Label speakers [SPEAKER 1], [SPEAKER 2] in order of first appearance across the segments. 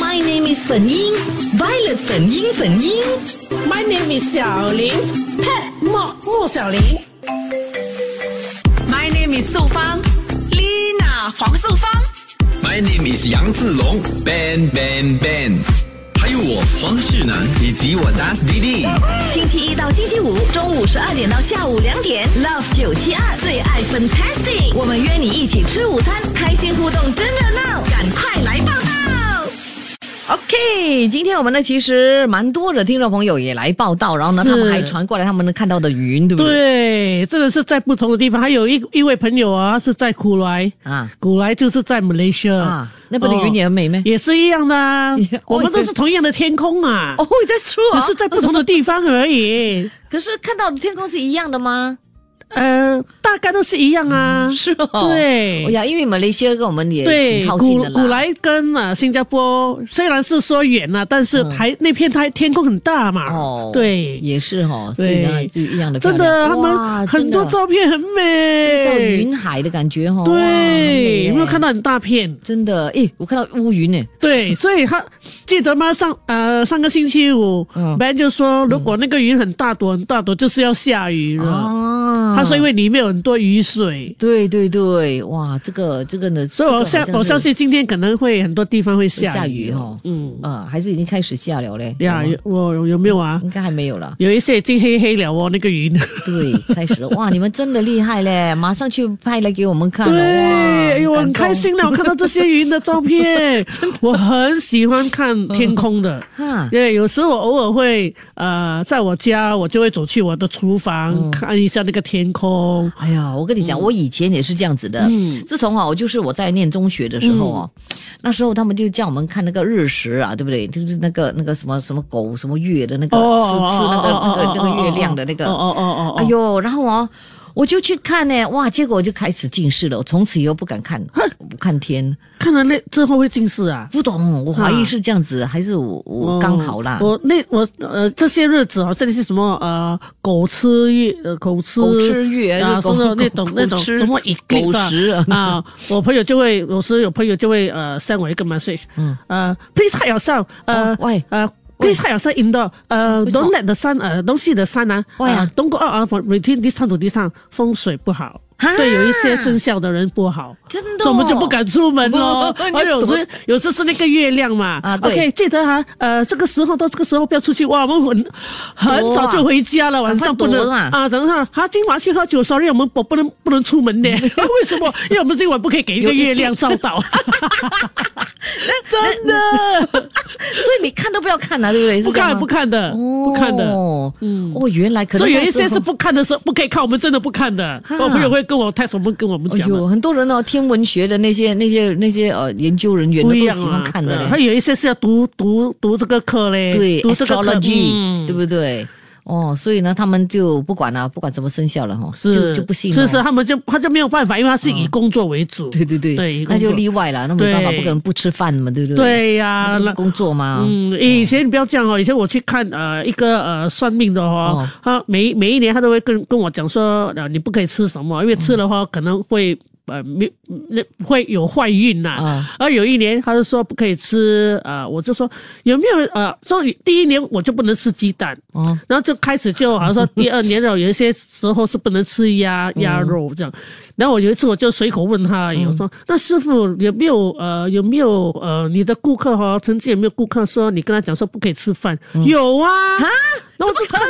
[SPEAKER 1] My name is 粉英，Violet 粉英粉英。My name is 小林，Pat 莫莫小林。
[SPEAKER 2] My name is 素芳，Lina 黄素芳。
[SPEAKER 3] My name is 杨志龙，Ben Ben Ben，还有我黄世南以及我 Das Didi。
[SPEAKER 1] 星期一到星期五中午十二点到下午两点，Love 九七二最爱 Fantastic，我们约你一起吃午餐，开心互动真热闹，赶快来报道！
[SPEAKER 4] OK，今天我们呢其实蛮多的听众朋友也来报道，然后呢
[SPEAKER 5] 是
[SPEAKER 4] 他们还传过来他们能看到的云，对不对？
[SPEAKER 5] 对，真的是在不同的地方。还有一一位朋友啊，是在古莱
[SPEAKER 4] 啊
[SPEAKER 5] 古莱就是在 Malaysia
[SPEAKER 4] 啊那边的云也很美咩
[SPEAKER 5] 哦也是一样的啊
[SPEAKER 4] 也哦，
[SPEAKER 5] 我们都是同样的天空啊，
[SPEAKER 4] 哦、t h a t s true
[SPEAKER 5] 只
[SPEAKER 4] 啊。
[SPEAKER 5] 是在不同的地方而 已。
[SPEAKER 4] 可是看到的天空是一样的吗？
[SPEAKER 5] 呃，大概都是一样啊，
[SPEAKER 4] 是哦。哎
[SPEAKER 5] 对。
[SPEAKER 4] 呀，因为马来西亚跟我们也
[SPEAKER 5] 对
[SPEAKER 4] 挺，靠近
[SPEAKER 5] 古
[SPEAKER 4] 的啦。
[SPEAKER 5] 古莱跟啊新加坡虽然是说远了、但是台、那片台天空很大嘛。
[SPEAKER 4] 嗯哦，
[SPEAKER 5] 对，
[SPEAKER 4] 也是哦，所以呢
[SPEAKER 5] 对
[SPEAKER 4] 就一样的漂
[SPEAKER 5] 真
[SPEAKER 4] 亮。
[SPEAKER 5] 的，他
[SPEAKER 4] 哇
[SPEAKER 5] 们很多
[SPEAKER 4] 真的
[SPEAKER 5] 照片很美，
[SPEAKER 4] 叫云海的感觉哦。哇
[SPEAKER 5] 对，有没有看？
[SPEAKER 4] 很
[SPEAKER 5] 到
[SPEAKER 4] 美耶
[SPEAKER 5] 很大片？
[SPEAKER 4] 真的，诶，我看到乌云呢。
[SPEAKER 5] 对，所以他记得吗？上呃上个星期五、
[SPEAKER 4] 嗯
[SPEAKER 5] b e n 就说，如果那个云很大朵很大朵，就是要下雨了。
[SPEAKER 4] 啊，
[SPEAKER 5] 他说因为里面有很多雨水，
[SPEAKER 4] 对对对，哇，这个这个呢，
[SPEAKER 5] 所以我
[SPEAKER 4] 这个
[SPEAKER 5] 相、
[SPEAKER 4] 好像
[SPEAKER 5] 我
[SPEAKER 4] 是
[SPEAKER 5] 相信今天可能会很多地方会下雨
[SPEAKER 4] 下雨哦嗯
[SPEAKER 5] 嗯，
[SPEAKER 4] 啊，还是已经开始下了嘞。
[SPEAKER 5] 呀、
[SPEAKER 4] 有吗
[SPEAKER 5] 有我有有没有啊？。
[SPEAKER 4] 应该还没有了
[SPEAKER 5] 有一些已经黑黑了哦，那个 云。
[SPEAKER 4] 对，开始了哇！你们真的厉害嘞，马上去拍来给我们看了。哇
[SPEAKER 5] 对，哎呦，我很
[SPEAKER 4] 感动
[SPEAKER 5] 开心了，我看到这些云的照片，我很喜欢看天空
[SPEAKER 4] 嗯
[SPEAKER 5] 的。
[SPEAKER 4] 哈。
[SPEAKER 5] 对，有时我偶尔会呃，在我家我就会走去我的厨房、看一下那个天空。
[SPEAKER 4] 哎呀，我跟你讲，我以前也是这样子的。
[SPEAKER 5] 嗯
[SPEAKER 4] 自从啊，我就是我在念中学的时候哦，那时候他们就叫我们看那个日食啊，对不对？就是那个那个什么什么狗什么月的那个，吃吃那个那个那个月亮的那个。
[SPEAKER 5] 哦哦哦哦，
[SPEAKER 4] 哎呦，然后哦，我就去看呢，哇，结果我就开始近视了，我从此以后不敢看，不看天，
[SPEAKER 5] 看了那之后会近视啊。
[SPEAKER 4] 不懂，我怀疑是这样子，还是我
[SPEAKER 5] 哦
[SPEAKER 4] 我刚好啦。
[SPEAKER 5] 我那我呃这些日子好像那些什么呃狗吃月呃狗吃
[SPEAKER 4] 狗吃月还
[SPEAKER 5] 啊
[SPEAKER 4] 是
[SPEAKER 5] 是
[SPEAKER 4] 狗
[SPEAKER 5] 的那种
[SPEAKER 4] 狗
[SPEAKER 5] 那种
[SPEAKER 4] 吃
[SPEAKER 5] 什么 eclipse
[SPEAKER 4] 狗食啊
[SPEAKER 5] 啊啊，我朋友就会有时有朋友就会呃 send 我一个 message，
[SPEAKER 4] 嗯
[SPEAKER 5] 呃 please hide yourself，呃
[SPEAKER 4] 哦喂
[SPEAKER 5] 呃 please hide yourself in the 呃
[SPEAKER 4] 为什么
[SPEAKER 5] don't let the sun 呃 don't see the sun 啊，
[SPEAKER 4] 喂啊
[SPEAKER 5] 呃 don't go out 啊 for between this time to this time 风水不好
[SPEAKER 4] 啊。
[SPEAKER 5] 对，有一些生肖的人不好，
[SPEAKER 4] 真的哦。
[SPEAKER 5] 所以我们就不敢出门哦
[SPEAKER 4] 你啊
[SPEAKER 5] 而有
[SPEAKER 4] 躲
[SPEAKER 5] 时 有时是那个月亮嘛，
[SPEAKER 4] 啊对
[SPEAKER 5] OK，记得啊，呃，这个时候到这个时候不要出去哇，我们很很早就回家了，晚上不
[SPEAKER 4] 赶快
[SPEAKER 5] 能
[SPEAKER 4] 躲啊
[SPEAKER 5] 啊，等一下啊，今晚去喝酒，sorry，我们我不能不能出 门呢，为什么？因为我们今晚不可以给一个月亮照到，真的
[SPEAKER 4] 所以你看都不要看啊，对不对？是
[SPEAKER 5] 不
[SPEAKER 4] 这样
[SPEAKER 5] 看
[SPEAKER 4] 吗
[SPEAKER 5] 不，看的，不看的。嗯
[SPEAKER 4] 哦，哦，原来可能
[SPEAKER 5] 所以有
[SPEAKER 4] 在
[SPEAKER 5] 一
[SPEAKER 4] 这
[SPEAKER 5] 些是
[SPEAKER 4] 个。
[SPEAKER 5] 不看的时候不可以看，我们真的不看的。哦
[SPEAKER 4] 哈
[SPEAKER 5] 我朋友会跟我 text，我们跟我们
[SPEAKER 4] 哎
[SPEAKER 5] 讲的
[SPEAKER 4] 呦，很多人哦，天文学的那些、那些、那些呃研究人员呢
[SPEAKER 5] 不一
[SPEAKER 4] 都
[SPEAKER 5] 样
[SPEAKER 4] 喜
[SPEAKER 5] 啊
[SPEAKER 4] 欢看的
[SPEAKER 5] 对
[SPEAKER 4] 嘞
[SPEAKER 5] 啊。他有一些是要读读读这个课嘞，
[SPEAKER 4] 对
[SPEAKER 5] 读这个课
[SPEAKER 4] ，astrology，、
[SPEAKER 5] 嗯
[SPEAKER 4] 对不对？哦，所以呢，他们就不管了、啊不管什么生肖了哈，就是就不信了。嗯
[SPEAKER 5] 是是，他们就他就没有办法，因为他是以工作为主。
[SPEAKER 4] 对对对，
[SPEAKER 5] 对，以
[SPEAKER 4] 那
[SPEAKER 5] 工作
[SPEAKER 4] 就例外了，那没办法，不可能不吃饭嘛，对不对？
[SPEAKER 5] 对呀、
[SPEAKER 4] 那
[SPEAKER 5] 那
[SPEAKER 4] 不工作嘛。
[SPEAKER 5] 嗯，以前你不要这样哦。以前我去看呃一个呃算命的哦，
[SPEAKER 4] 哦
[SPEAKER 5] 他每每一年他都会跟跟我讲说，呃你不可以吃什么，因为
[SPEAKER 4] 嗯
[SPEAKER 5] 吃的话可能会呃没那会有坏运呐、
[SPEAKER 4] 啊
[SPEAKER 5] 而有一年他就说不可以吃呃，我就说有没有呃，说第一年我就不能吃鸡蛋，
[SPEAKER 4] 哦，
[SPEAKER 5] 然后就开始就好像说第二年了，有一些时候是不能吃鸭
[SPEAKER 4] 嗯
[SPEAKER 5] 鸭肉这样。然后我有一次我就随口问他而已，我说：“那师傅有没有呃有没有呃你的顾客哈、曾经有没有顾客说你跟他讲说不可以吃饭？
[SPEAKER 4] 嗯
[SPEAKER 5] 有啊，然后我就
[SPEAKER 4] 可
[SPEAKER 5] 看，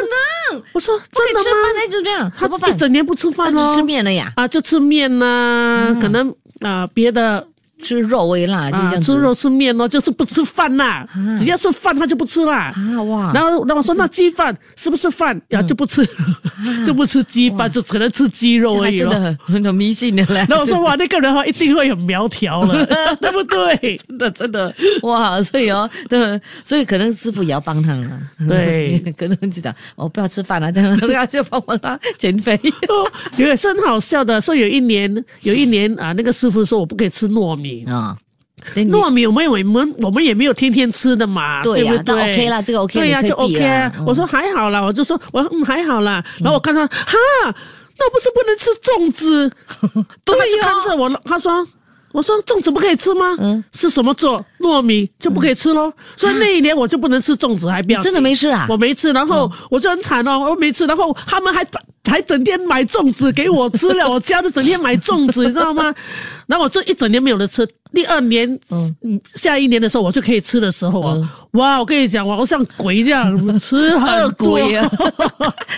[SPEAKER 4] 能
[SPEAKER 5] 我说
[SPEAKER 4] 不
[SPEAKER 5] 真
[SPEAKER 4] 可以吃
[SPEAKER 5] 的
[SPEAKER 4] 饭，
[SPEAKER 5] 吗？
[SPEAKER 4] 那就这样，怎么
[SPEAKER 5] 他一
[SPEAKER 4] 办？
[SPEAKER 5] 整年不吃饭啊
[SPEAKER 4] 他
[SPEAKER 5] 哦，
[SPEAKER 4] 只吃面了呀。
[SPEAKER 5] 啊，就吃面呐、可能啊、别的
[SPEAKER 4] 吃肉微辣，就这样
[SPEAKER 5] 啊，
[SPEAKER 4] 子、
[SPEAKER 5] 吃肉吃面哦，就是不吃饭啦。只要是饭，他就不吃啦。
[SPEAKER 4] 啊哇，嗯
[SPEAKER 5] 然后，那我说那鸡饭是不是饭？然后就不吃，就不吃鸡饭，就只能吃鸡肉而
[SPEAKER 4] 啊还
[SPEAKER 5] 已
[SPEAKER 4] 真的
[SPEAKER 5] 了。
[SPEAKER 4] 很 很很迷信的嘞。
[SPEAKER 5] 然后我说哇，哦那个人哦哈一定会很苗条了，对不对？
[SPEAKER 4] 真的真的哇，所以哦，对，所以可能师傅也要帮他了。
[SPEAKER 5] 对
[SPEAKER 4] 可能就讲我哦不要吃饭了、啊这样 他就帮我他减肥。
[SPEAKER 5] 哦，有也是很好笑的。说有一年，有一年啊，那个师傅说我不可以吃糯米，
[SPEAKER 4] 啊、所以你
[SPEAKER 5] 糯米我们也我们我们也没有天天吃的嘛，
[SPEAKER 4] 对呀
[SPEAKER 5] 不对
[SPEAKER 4] 那 OK 啦这个 OK，
[SPEAKER 5] 对呀、
[SPEAKER 4] 你
[SPEAKER 5] 就
[SPEAKER 4] 可以避
[SPEAKER 5] OK 啊
[SPEAKER 4] 啦。嗯
[SPEAKER 5] 我说还好啦，我就说我嗯还好啦。然后我看他哈，那不是不能吃粽 子？对、他就看着我，他说。我说粽子不可以吃吗？嗯，是什么做糯米就不可以吃
[SPEAKER 4] 嗯
[SPEAKER 5] 喽？所以那一年我就不能吃粽子，还不要
[SPEAKER 4] 你真的
[SPEAKER 5] 紧
[SPEAKER 4] 没吃啊
[SPEAKER 5] 我没吃，然后我就很惨哦，我没吃，然后他们还还整天买粽子给我吃了，我家都整天买粽 子，你知道吗？然后我就一整年没有得吃。第二年，嗯，下一年的时候我就可以吃的时候啊，
[SPEAKER 4] 嗯
[SPEAKER 5] 哇！我跟你讲，哇我像鬼一样吃
[SPEAKER 4] 饿
[SPEAKER 5] 很 多
[SPEAKER 4] 鬼啊，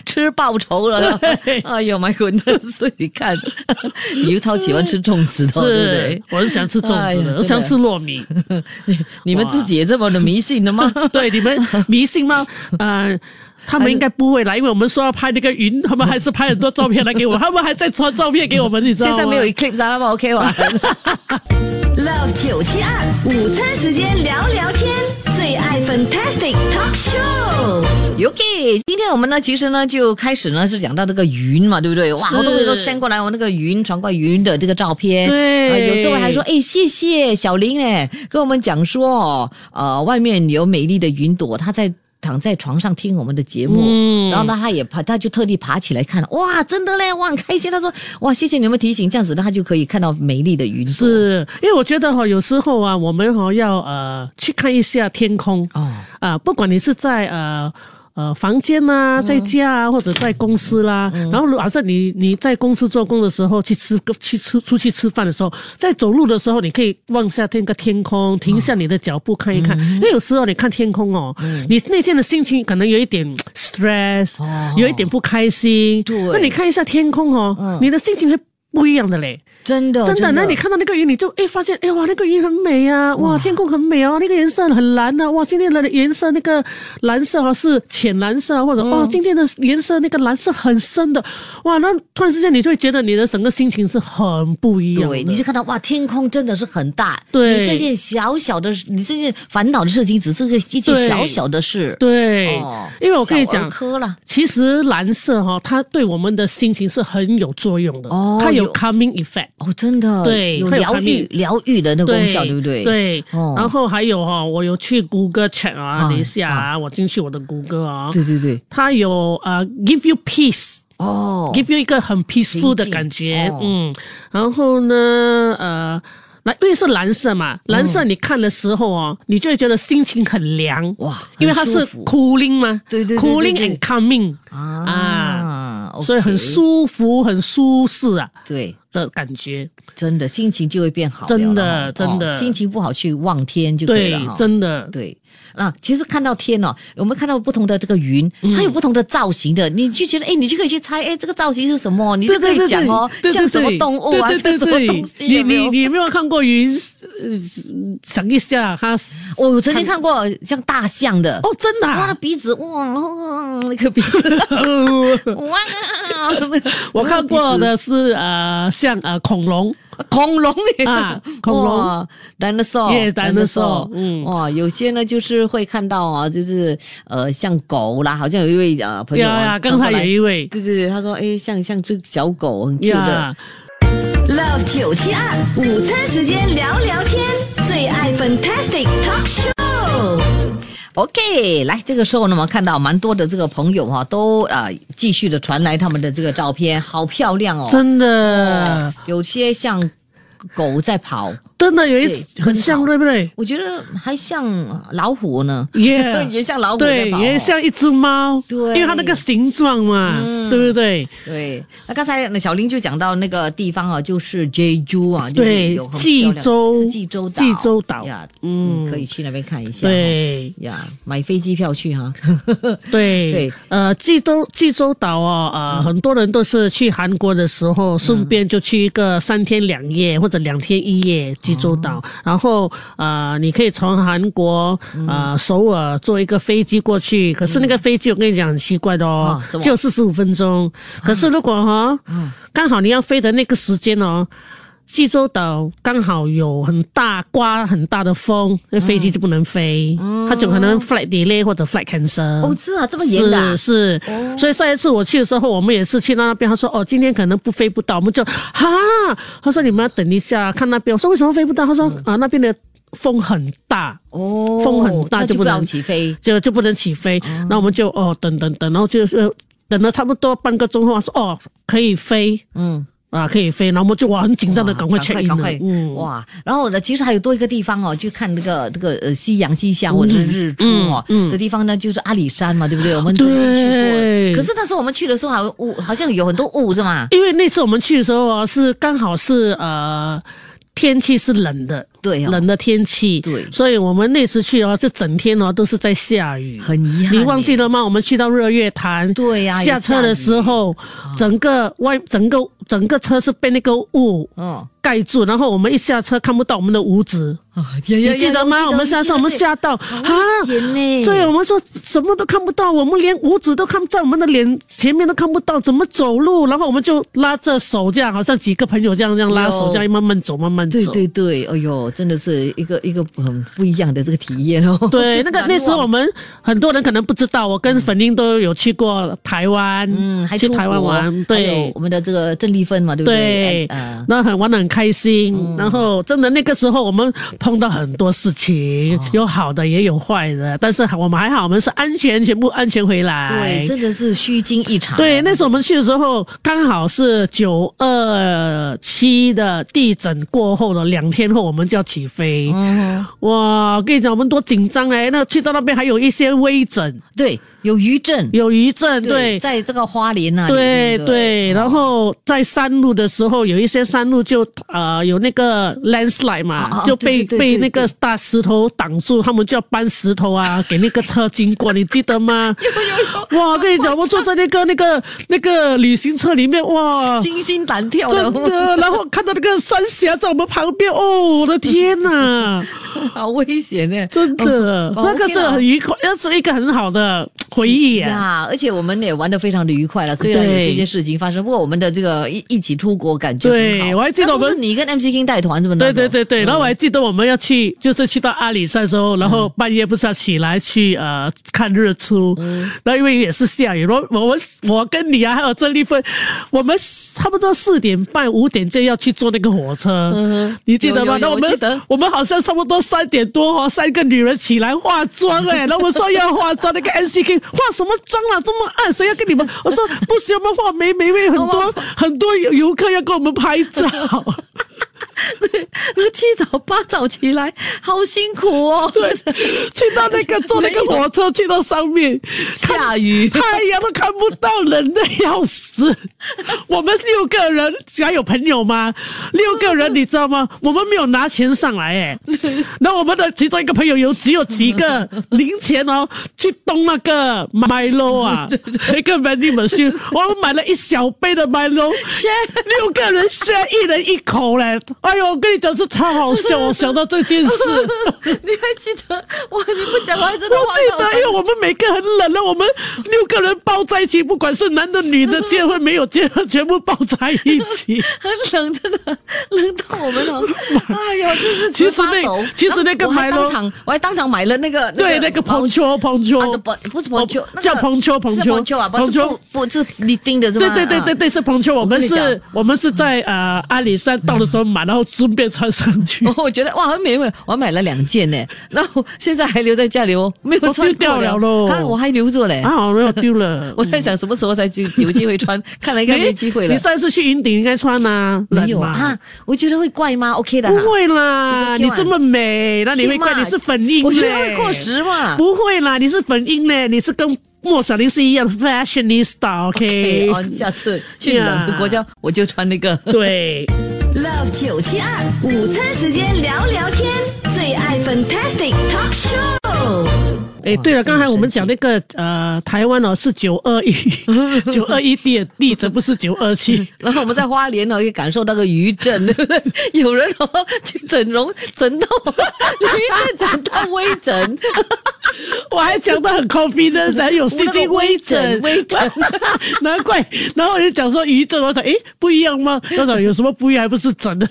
[SPEAKER 4] 吃报仇了
[SPEAKER 5] 对！
[SPEAKER 4] 哎呦妈滚的！所以你看， 你又超喜欢吃粽子的，对不
[SPEAKER 5] 是
[SPEAKER 4] 对，？
[SPEAKER 5] 我是想吃粽子
[SPEAKER 4] 哎呀真
[SPEAKER 5] 的，
[SPEAKER 4] 的
[SPEAKER 5] 我想吃糯米。
[SPEAKER 4] 你们自己也这么的迷信的吗？
[SPEAKER 5] 对， 你们迷信吗？呃。他们应该不会啦，因为我们说要拍那个云，他们还是拍很多照片来给 我，他们还在传照片给我们，你知道吗？
[SPEAKER 4] 现在没有 Eclipse 啊，那么 OK 吧？
[SPEAKER 1] Love 九七二午餐时间聊聊天，最爱 Fantastic Talk Show。
[SPEAKER 4] OK，今天我们呢，其实呢就开始呢是讲到这个云嘛，对不对？哇，
[SPEAKER 5] 是
[SPEAKER 4] 好多人都 send 过来我那个云传过来云的这个照片。
[SPEAKER 5] 对
[SPEAKER 4] 呃有这位还说，哎，谢谢小林哎，跟我们讲说，呃，外面有美丽的云朵，她在。躺在床上听我们的节目，
[SPEAKER 5] 嗯
[SPEAKER 4] 然后呢，他也爬，他就特地爬起来看，哇，真的嘞，哇，很开心。他说，哇，谢谢你们提醒，这样子他就可以看到美丽的云朵。
[SPEAKER 5] 是因为我觉得哈、有时候啊，我们哈、要呃去看一下天空啊、
[SPEAKER 4] 哦，
[SPEAKER 5] 不管你是在呃。呃，房间
[SPEAKER 4] 嗯
[SPEAKER 5] 啦、在家啊，或者在公司啦，然后如好像你你在公司做工的时候，去吃个去吃出去吃饭的时候，在走路的时候，你可以望下天个天空，停下你的脚步看一看，
[SPEAKER 4] 嗯
[SPEAKER 5] 因为有时候你看天空哦，你那天的心情可能有一点 stress，、
[SPEAKER 4] 哦
[SPEAKER 5] 有一点不开心，
[SPEAKER 4] 对嗯
[SPEAKER 5] 那你看一下天空哦，你的心情会不一样的嘞。
[SPEAKER 4] 哦真的，
[SPEAKER 5] 真的，那你看到那个云，你就哎发现，哎哇，那个云很美啊，哇，天空很美啊，那个颜色很蓝呐、啊，哇，今天的颜色那个蓝色啊是浅蓝色啊，或者、
[SPEAKER 4] 嗯
[SPEAKER 5] 哦，今天的颜色那个蓝色很深的，哇，那突然之间你就会觉得你的整个心情是很不一样的。
[SPEAKER 4] 对，你就看到哇，天空真的是很大。
[SPEAKER 5] 对
[SPEAKER 4] 你这件小小的，你这件烦恼的事情，只是个一件
[SPEAKER 5] 对
[SPEAKER 4] 小小的事。
[SPEAKER 5] 对，
[SPEAKER 4] 哦
[SPEAKER 5] 因为我可以
[SPEAKER 4] 小儿
[SPEAKER 5] 讲，
[SPEAKER 4] 科了。
[SPEAKER 5] 其实蓝色哈、它对我们的心情是很有作用的，
[SPEAKER 4] 哦
[SPEAKER 5] 它
[SPEAKER 4] 有
[SPEAKER 5] 有 coming effect。
[SPEAKER 4] 哦，真的，
[SPEAKER 5] 对
[SPEAKER 4] 有
[SPEAKER 5] 会有
[SPEAKER 4] 疗
[SPEAKER 5] 抗
[SPEAKER 4] 愈
[SPEAKER 5] 力
[SPEAKER 4] 疗愈的那个功效，对不对？，
[SPEAKER 5] 对，
[SPEAKER 4] 哦
[SPEAKER 5] 然后还有哈、我有去谷歌 check 啊，
[SPEAKER 4] 啊
[SPEAKER 5] 等一下啊，我进去我的谷歌啊，
[SPEAKER 4] 对对对，
[SPEAKER 5] 它有呃 give you peace。
[SPEAKER 4] 哦，
[SPEAKER 5] give you 一个很 peaceful 的
[SPEAKER 4] 平静
[SPEAKER 5] 感觉，
[SPEAKER 4] 哦
[SPEAKER 5] 嗯，然后呢，呃，蓝因为是蓝色
[SPEAKER 4] 嗯
[SPEAKER 5] 嘛，蓝色你看的时候哦，你就会觉得心情很凉，
[SPEAKER 4] 哇很
[SPEAKER 5] 因为它是
[SPEAKER 4] 舒服
[SPEAKER 5] cooling 嘛，
[SPEAKER 4] 对对对对
[SPEAKER 5] cooling
[SPEAKER 4] 对
[SPEAKER 5] and coming
[SPEAKER 4] 啊，
[SPEAKER 5] 所以很
[SPEAKER 4] OK，
[SPEAKER 5] 舒服、很舒适啊
[SPEAKER 4] 对，
[SPEAKER 5] 的感觉，
[SPEAKER 4] 真的心情就会变好了
[SPEAKER 5] 真的
[SPEAKER 4] 了哈
[SPEAKER 5] 真的
[SPEAKER 4] 哦心情不好去望天就可
[SPEAKER 5] 对
[SPEAKER 4] 以了哈，。
[SPEAKER 5] 真的，
[SPEAKER 4] 对，那其实看到天哦，我们看到不同的这个云，
[SPEAKER 5] 嗯
[SPEAKER 4] 它有不同的造型的，你就觉得哎，你就可以去猜哎，这个造型是什么，你就可以讲哦，
[SPEAKER 5] 对对
[SPEAKER 4] 像
[SPEAKER 5] 对
[SPEAKER 4] 什么动物啊，
[SPEAKER 5] 对对对
[SPEAKER 4] 像什么
[SPEAKER 5] 对
[SPEAKER 4] 东西，
[SPEAKER 5] 你
[SPEAKER 4] 有没有
[SPEAKER 5] 你你有没有看过云？呃想一下，它是
[SPEAKER 4] 我我曾经看过像大象的，
[SPEAKER 5] 哦，真的
[SPEAKER 4] 哇，那
[SPEAKER 5] 啊、
[SPEAKER 4] 鼻子哇，哇那个鼻 子哇，
[SPEAKER 5] 我看过的是呃，像呃恐龙，
[SPEAKER 4] 恐龙也
[SPEAKER 5] 啊恐龙
[SPEAKER 4] 哇 dinosaur
[SPEAKER 5] Yeah，dinosaur，嗯
[SPEAKER 4] 哇，有些呢就是会看到啊，就是呃像狗啦，好像有一位呃朋友
[SPEAKER 5] 呀
[SPEAKER 4] 啊，
[SPEAKER 5] 呀，刚才有
[SPEAKER 4] 也
[SPEAKER 5] 一位
[SPEAKER 4] 对对对，他说哎像像这小狗很 Q 的
[SPEAKER 5] 呀。，
[SPEAKER 1] Love 九七二午餐时间聊聊天，最爱 Fantastic Talk Show。
[SPEAKER 4] OK，来这个时候呢，我们看到蛮多的这个朋友哈、都呃继续的传来他们的这个照片，好漂亮哦，
[SPEAKER 5] 真
[SPEAKER 4] 哦
[SPEAKER 5] 的，
[SPEAKER 4] 有些像狗在跑，
[SPEAKER 5] 真的有一
[SPEAKER 4] 对
[SPEAKER 5] 很
[SPEAKER 4] 很
[SPEAKER 5] 像，
[SPEAKER 4] 好
[SPEAKER 5] 对不 对？
[SPEAKER 4] 我觉得还像老虎呢 也
[SPEAKER 5] 耶，
[SPEAKER 4] 像老虎在
[SPEAKER 5] 对，
[SPEAKER 4] 跑、哦，
[SPEAKER 5] 也像一只猫，
[SPEAKER 4] 对嗯
[SPEAKER 5] 因为它那个形状嘛，对不对？
[SPEAKER 4] 对。那刚才小林就讲到那个地方啊，就是济州啊，就是
[SPEAKER 5] 对
[SPEAKER 4] 有很
[SPEAKER 5] 济
[SPEAKER 4] 漂亮
[SPEAKER 5] 州
[SPEAKER 4] 是济州岛，
[SPEAKER 5] 济州岛
[SPEAKER 4] 呀，
[SPEAKER 5] 嗯
[SPEAKER 4] 嗯，可以去那边看一下、哦，
[SPEAKER 5] 对
[SPEAKER 4] 呀，买飞机票去哈，
[SPEAKER 5] 对
[SPEAKER 4] 对嗯
[SPEAKER 5] 呃，济州济州岛哦，呃，很多人都是去韩国的时候，顺便就去一个三天两夜或者两天一夜，济州
[SPEAKER 4] 哦
[SPEAKER 5] 岛，然后啊、呃你可以从韩国啊、呃
[SPEAKER 4] 嗯
[SPEAKER 5] 首尔坐一个飞机过去，可是那个飞机我跟你讲很奇怪的哦
[SPEAKER 4] 啊什，么嗯
[SPEAKER 5] 就四十五分钟。可是如果哈，刚好你要飞的那个时间哦。济州岛刚好有很大刮很大的风，那飞
[SPEAKER 4] 嗯
[SPEAKER 5] 机就不能飞，它就可能 flight delay 或者 flight cancel。
[SPEAKER 4] 哦，是啊，这么严的啊、
[SPEAKER 5] 是是、所以上一次我去的时候，我们也是去到那边，他说哦，今天可能不飞不到，我们就哈，他说你们要等一下看那边，我说为什么飞不到？他说、啊那边的风很大，
[SPEAKER 4] 嗯哦，
[SPEAKER 5] 风很大
[SPEAKER 4] 那
[SPEAKER 5] 就
[SPEAKER 4] 就
[SPEAKER 5] 不能
[SPEAKER 4] 要起飞。
[SPEAKER 5] 就就不能起飞，那、我们就哦等等等，然后就是呃等了差不多半个钟后，他说哦可以飞
[SPEAKER 4] 嗯，
[SPEAKER 5] 啊可以飞，然后我们就哇很紧张的
[SPEAKER 4] 哇
[SPEAKER 5] 赶快 check in
[SPEAKER 4] 赶
[SPEAKER 5] 了
[SPEAKER 4] 快，
[SPEAKER 5] 嗯
[SPEAKER 4] 哇！然后呢，其实还有多一个地方哦，去看那个这个呃夕阳西下或者是日出哦、
[SPEAKER 5] 嗯嗯
[SPEAKER 4] 的地方呢，就是阿里山嘛，对不对？我们曾经去
[SPEAKER 5] 对
[SPEAKER 4] 过，可是那时候我们去的时候好像雾，好像有很多雾是吗？
[SPEAKER 5] 因为那次我们去的时候啊，是刚好是呃天气是冷的，
[SPEAKER 4] 对哦
[SPEAKER 5] 冷的天气，
[SPEAKER 4] 对
[SPEAKER 5] 所以我们那次去哦，就整天哦都是在下雨，
[SPEAKER 4] 很遗憾
[SPEAKER 5] 你忘记
[SPEAKER 4] 耶
[SPEAKER 5] 了吗？我们去到日月潭，
[SPEAKER 4] 对呀
[SPEAKER 5] 下车的时候，整个外整个整个车是被那个雾
[SPEAKER 4] 嗯，
[SPEAKER 5] 盖住，然后我们一下车看不到我们的五指，
[SPEAKER 4] 你
[SPEAKER 5] 你记得
[SPEAKER 4] 哎
[SPEAKER 5] 吗？我们下车我们吓到啊
[SPEAKER 4] 险呢
[SPEAKER 5] 所以我们说什么都看不到，我们连五指都看不在我们的脸前面都看不到，怎么走路？然后我们就拉着手这样，好像几个朋友这样这样拉手，这样慢慢走，慢慢走。
[SPEAKER 4] 对对对，哎呦，真的是一个一个很不一样的这个体验哦。
[SPEAKER 5] 对，那个那时候我
[SPEAKER 4] 们
[SPEAKER 5] 们很多人可能不知道，我跟粉玲都有去过台湾，
[SPEAKER 4] 嗯还
[SPEAKER 5] 去
[SPEAKER 4] 出
[SPEAKER 5] 台湾
[SPEAKER 4] 国
[SPEAKER 5] 玩，
[SPEAKER 4] 还有
[SPEAKER 5] 对
[SPEAKER 4] 我。们的这个郑丽芬嘛，对不
[SPEAKER 5] 对
[SPEAKER 4] 嗯，
[SPEAKER 5] 那很玩的很开心，然后真的那个时候我们碰到很多事情，
[SPEAKER 4] 哦
[SPEAKER 5] 有好的也有坏的，但是我们还好，我们是安全，全部安全回来。
[SPEAKER 4] 对，真的是虚惊一场。
[SPEAKER 5] 对，那时候我们去的时候，刚好是九二七的地震过后的两天后，我们就要起飞。
[SPEAKER 4] 嗯哼，
[SPEAKER 5] 哇，我跟你讲，我们多紧张哎！那去到那边还有一些微整，
[SPEAKER 4] 对，有余震，
[SPEAKER 5] 有余震，对。
[SPEAKER 4] 在这个花莲那里，
[SPEAKER 5] 对
[SPEAKER 4] 不
[SPEAKER 5] 对，然
[SPEAKER 4] 哦
[SPEAKER 5] 后在山路的时候，有一些山路就呃有那个 landslide
[SPEAKER 4] 啊
[SPEAKER 5] 嘛，
[SPEAKER 4] 啊
[SPEAKER 5] 就
[SPEAKER 4] 对
[SPEAKER 5] 被
[SPEAKER 4] 对对
[SPEAKER 5] 被
[SPEAKER 4] 对
[SPEAKER 5] 那个大石头挡住，他们就要搬石头啊，给那个车经过，你记得 吗？有有有！哇，我跟你讲，我坐在那个那个那个旅行车里面，哇，
[SPEAKER 4] 惊心胆跳
[SPEAKER 5] 真
[SPEAKER 4] 的，
[SPEAKER 5] 的，然后看到那个三峡在我们旁边，哦，我的天哪，
[SPEAKER 4] 好危险呢。
[SPEAKER 5] 真的，
[SPEAKER 4] 哦
[SPEAKER 5] 那个是
[SPEAKER 4] OK 啦
[SPEAKER 5] 很愉快，那是一个很好的回忆啊。
[SPEAKER 4] 呀，而且我们也玩的非常的愉快了，虽然有
[SPEAKER 5] 对
[SPEAKER 4] 这些事情发生，不过我们的这个一一起出国感觉
[SPEAKER 5] 对
[SPEAKER 4] 很好
[SPEAKER 5] 我还记得我们
[SPEAKER 4] 那时候是你跟 MC King 带团是不是？
[SPEAKER 5] 对对对
[SPEAKER 4] 嗯
[SPEAKER 5] 对，然后我还记得我们要去，就是去到阿里山的时候，然后半夜不是要起来去呃看日出，
[SPEAKER 4] 嗯
[SPEAKER 5] 然后因为也是下雨，然后我我我跟你啊还有郑丽芬，我们差不多四点半五点就要去坐那个火车，你记得吗？
[SPEAKER 4] 嗯有有有
[SPEAKER 5] 那我们
[SPEAKER 4] 我记得
[SPEAKER 5] 我们好像差不多三点多哦，三个女人起来化妆 哎、然后我说要化妆，那个 MC K 化什么妆啊，这么暗，谁要跟你们？我说不行，我们化美美，因为很
[SPEAKER 4] 哦
[SPEAKER 5] 多很多游游客要跟我们拍照。
[SPEAKER 4] 对，七早八早起来，好辛苦哦。
[SPEAKER 5] 对， 去到那个坐那个火车去到上面，
[SPEAKER 4] 下 雨，
[SPEAKER 5] 太阳都看不到，冷的要死。我们六个人还有朋友吗？六个人你知道吗？我们没有拿钱上来哎，那我们的其中一个朋友有只有几个零钱哦，去动那个 Milo 啊，一个 vending machine，我们买了一小杯的 Milo，六个人 share 一人一口嘞。哎呦，我跟你讲是超好笑，我想到这件事。
[SPEAKER 4] 你还记得哇？你不讲我还真的
[SPEAKER 5] 我记
[SPEAKER 4] 忘了
[SPEAKER 5] 得，因为我们每个很冷了，我们六个人抱在一起，不管是男的女的，结婚没有结婚，全部抱在一 起。
[SPEAKER 4] 很冷，真的冷到我们 了。哎呦，真是
[SPEAKER 5] 其
[SPEAKER 4] 直
[SPEAKER 5] 实那
[SPEAKER 4] 发抖
[SPEAKER 5] 其实那个
[SPEAKER 4] 我还
[SPEAKER 5] 买了
[SPEAKER 4] 当场，我还当场买了那个
[SPEAKER 5] 对，那个
[SPEAKER 4] 毛
[SPEAKER 5] 蓬丘，蓬丘
[SPEAKER 4] 啊，那不不是
[SPEAKER 5] 哦
[SPEAKER 4] 蓬丘，那个
[SPEAKER 5] 叫蓬丘，蓬
[SPEAKER 4] 是
[SPEAKER 5] 丘
[SPEAKER 4] 蓬丘啊，不
[SPEAKER 5] 蓬
[SPEAKER 4] 是
[SPEAKER 5] 丘
[SPEAKER 4] 不不是你盯的是
[SPEAKER 5] 对
[SPEAKER 4] 吗？
[SPEAKER 5] 对对对
[SPEAKER 4] 啊。
[SPEAKER 5] 对，是蓬丘。我们
[SPEAKER 4] 我跟你
[SPEAKER 5] 是
[SPEAKER 4] 讲，
[SPEAKER 5] 我们是在呃阿里山到的时候买，然后顺便穿上去。
[SPEAKER 4] 哦， 我觉得哇，很美味，我还买了两件呢， 然后现在还留在家里哦，没有
[SPEAKER 5] 我
[SPEAKER 4] 穿
[SPEAKER 5] 丢掉
[SPEAKER 4] 过
[SPEAKER 5] 了咯
[SPEAKER 4] 啊，我还留着嘞。
[SPEAKER 5] 啊，我没有丢了。
[SPEAKER 4] 我在想什么时候才有有机会穿，看来应该没机会
[SPEAKER 5] 你
[SPEAKER 4] 了
[SPEAKER 5] 你。上一次去云顶应该穿啊，
[SPEAKER 4] 没有
[SPEAKER 5] 冷嘛
[SPEAKER 4] 啊，我觉得会怪吗？OK 的哈，
[SPEAKER 5] 不会啦，
[SPEAKER 4] 你
[SPEAKER 5] 你
[SPEAKER 4] 是 Q
[SPEAKER 5] 这
[SPEAKER 4] 啊
[SPEAKER 5] 么美，那你会怪你是粉印嘞？
[SPEAKER 4] 我觉得会过时嘛。
[SPEAKER 5] 不会啦，你是粉印嘞，你是跟莫小玲是一样的 fashionista，OK？、
[SPEAKER 4] OK，哦，下次去冷的国家我就穿那个。
[SPEAKER 5] 对，
[SPEAKER 1] Love 九七二午餐时间聊聊天，最爱 Fantastic Talk Show。
[SPEAKER 5] 哎，对了，
[SPEAKER 4] 真
[SPEAKER 5] 刚
[SPEAKER 4] 的
[SPEAKER 5] 才我们
[SPEAKER 4] 神奇
[SPEAKER 5] 讲那个呃，台湾哦是九二 一，九二一地的地址不是九二七。
[SPEAKER 4] 然后我们在花莲呢，可以感受那个余震， 对不对？有人哦去整容整到 余震，整到微整，
[SPEAKER 5] 我还讲的很 confident，还有
[SPEAKER 4] 那
[SPEAKER 5] 细
[SPEAKER 4] 个
[SPEAKER 5] 菌微整，
[SPEAKER 4] 微整
[SPEAKER 5] 难怪。然后我就讲说余震，我说诶不一样吗？他说有什么不一样？还不是整 的，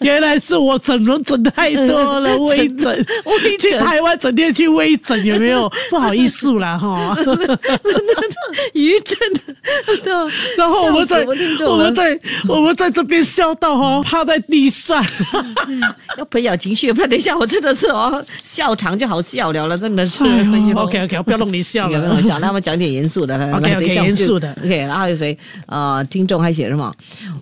[SPEAKER 5] 原来是我整容整太多了，微整，
[SPEAKER 4] 微整
[SPEAKER 5] 去台湾整天去微整，有没 有？不好意思啦哈。
[SPEAKER 4] 余震的，
[SPEAKER 5] 然后我们
[SPEAKER 4] 笑
[SPEAKER 5] 在
[SPEAKER 4] 死我听
[SPEAKER 5] 我
[SPEAKER 4] 众了啊嗯
[SPEAKER 5] 们 在我们在这边笑到哈、哦，趴在地上。
[SPEAKER 4] 要培养情绪，不然等一下我真的是哦，笑场就好笑了了，真的是。
[SPEAKER 5] 哎
[SPEAKER 4] 哎
[SPEAKER 5] 呦
[SPEAKER 4] 呦
[SPEAKER 5] OK OK，不要弄你笑
[SPEAKER 4] 有没
[SPEAKER 5] 了
[SPEAKER 4] 有。想让他们讲点严肃的
[SPEAKER 5] OK，OK，
[SPEAKER 4] 然后等一下我们就
[SPEAKER 5] 严肃的
[SPEAKER 4] OK，然后还有谁？呃，听众还写什么？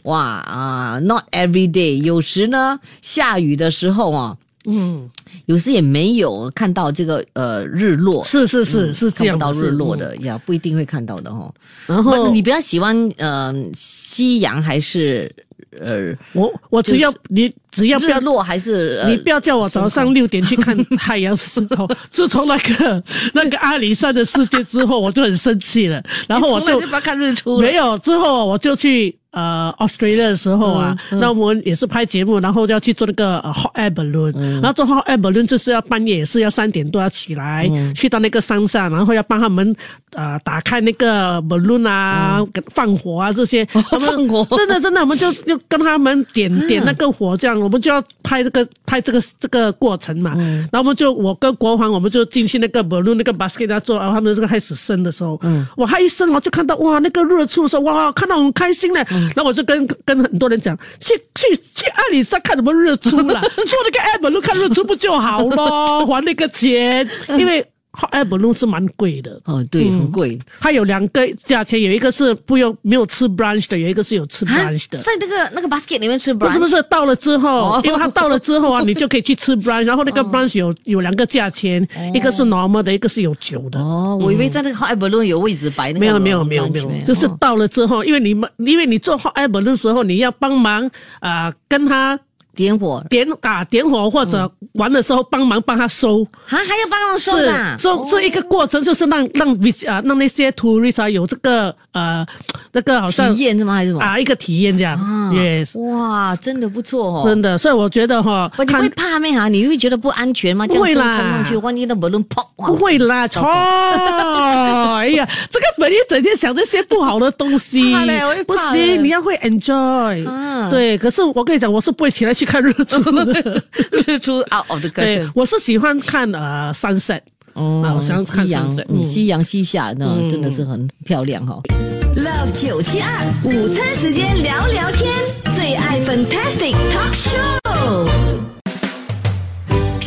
[SPEAKER 4] 哇啊、n o t every day，有时呢，下雨的时候啊，
[SPEAKER 5] 嗯，
[SPEAKER 4] 有时也没有看到这个呃日落，
[SPEAKER 5] 是是是是这
[SPEAKER 4] 嗯看
[SPEAKER 5] 样
[SPEAKER 4] 不到日落。
[SPEAKER 5] 是嗯
[SPEAKER 4] 的，呀，不一定会看到的哦哈、
[SPEAKER 5] 然
[SPEAKER 4] 不，
[SPEAKER 5] 后
[SPEAKER 4] 你比较喜欢呃夕阳还是呃
[SPEAKER 5] 我我只要你只要不
[SPEAKER 4] 日
[SPEAKER 5] 要
[SPEAKER 4] 落还是、呃、
[SPEAKER 5] 你不要叫我早上六点去看太阳升哦。 自从那个那个阿里山的事件之后，我就很生气了。然后我
[SPEAKER 4] 从来
[SPEAKER 5] 就
[SPEAKER 4] 不要看日出了
[SPEAKER 5] 没有之后，我就去呃 Australia 的时候啊，
[SPEAKER 4] 嗯
[SPEAKER 5] 那我们也是拍节目，然后就要去做那个、呃 hot air balloon，、然
[SPEAKER 4] 嗯
[SPEAKER 5] 后做 hot air balloon 就是要半夜也是要三点多要起来，
[SPEAKER 4] 嗯
[SPEAKER 5] 去到那个山上，然后要帮他们呃打开那个 balloon 啊，跟放火啊这些，他们
[SPEAKER 4] 嗯哦放火
[SPEAKER 5] 真的真的，我们就就跟他们点点那个火，这样我们就要拍这个拍这个这个过程嘛。然后我们就我跟国皇，我们就进去那个 balloon 那个 basket 那做，然后他们这个开始升的时候，我还一升，我就看到哇那个日出的时候，哇看到很开心嘞。然后我就跟跟很多人讲，去去去阿里山看什么日出啦，做那个 app balloon 看日出不就好咯，还那个钱，因为 app balloon 是蛮贵的。
[SPEAKER 4] 哦，对，很贵。
[SPEAKER 5] 它有两个价钱，有一个是不用没有吃 brunch 的，有一个是有吃
[SPEAKER 4] 啊
[SPEAKER 5] brunch 的。
[SPEAKER 4] 在那个那个 basket 里面吃
[SPEAKER 5] 不
[SPEAKER 4] brunch，
[SPEAKER 5] 是不是，到了之后
[SPEAKER 4] 哦，
[SPEAKER 5] 因为它到了之后啊，你就可以去 吃 brunch，然后那个 brunch 有有两个价钱，一个是 normal 的，一个是有酒的。
[SPEAKER 4] 哦，我以为在那个 hot air balloon 有位置摆那个
[SPEAKER 5] 没有没有没有没有，就是
[SPEAKER 4] 哦
[SPEAKER 5] 到了之后，因为你们因为你做 hot air balloon 的时候，你要帮忙啊、呃跟他
[SPEAKER 4] 点火，
[SPEAKER 5] 点啊点火或者玩的时候帮忙帮他收，
[SPEAKER 4] 啊还还嗯要帮他们收哦
[SPEAKER 5] 是
[SPEAKER 4] 啦，
[SPEAKER 5] 这这一个过程就是让让 vis 啊让那些 tourist 啊有这个呃那个好像
[SPEAKER 4] 体验是吗？还是什么？
[SPEAKER 5] 啊一个体验这样
[SPEAKER 4] 啊
[SPEAKER 5] ，yes，
[SPEAKER 4] 哇，真的不错哦，
[SPEAKER 5] 真的，所以我觉得哈
[SPEAKER 4] 不，你
[SPEAKER 5] 看
[SPEAKER 4] 会怕没哈？你会觉得不安全吗？这
[SPEAKER 5] 不
[SPEAKER 4] 样
[SPEAKER 5] 会
[SPEAKER 4] 升空
[SPEAKER 5] 啦
[SPEAKER 4] 上去，万一那 balloon 砰，哇
[SPEAKER 5] 不会啦，错！哎呀，这个本一整天想这些不好的东西
[SPEAKER 4] 怕嘞我会，
[SPEAKER 5] 不
[SPEAKER 4] 怕嘞
[SPEAKER 5] 行，你要会 enjoy
[SPEAKER 4] 啊。
[SPEAKER 5] 对，可是我跟你讲，我是不会起来去看日出 的。
[SPEAKER 4] 日出 out of the
[SPEAKER 5] 对
[SPEAKER 4] question，。
[SPEAKER 5] 我是喜欢看呃 sunset，啊我想看
[SPEAKER 4] 哦夕阳
[SPEAKER 5] sunset，，
[SPEAKER 4] 嗯
[SPEAKER 5] 嗯
[SPEAKER 4] 夕阳西下，那真的是很漂亮哈。
[SPEAKER 1] Love 九七二午餐时间聊聊天，最爱 Fantastic Talk Show。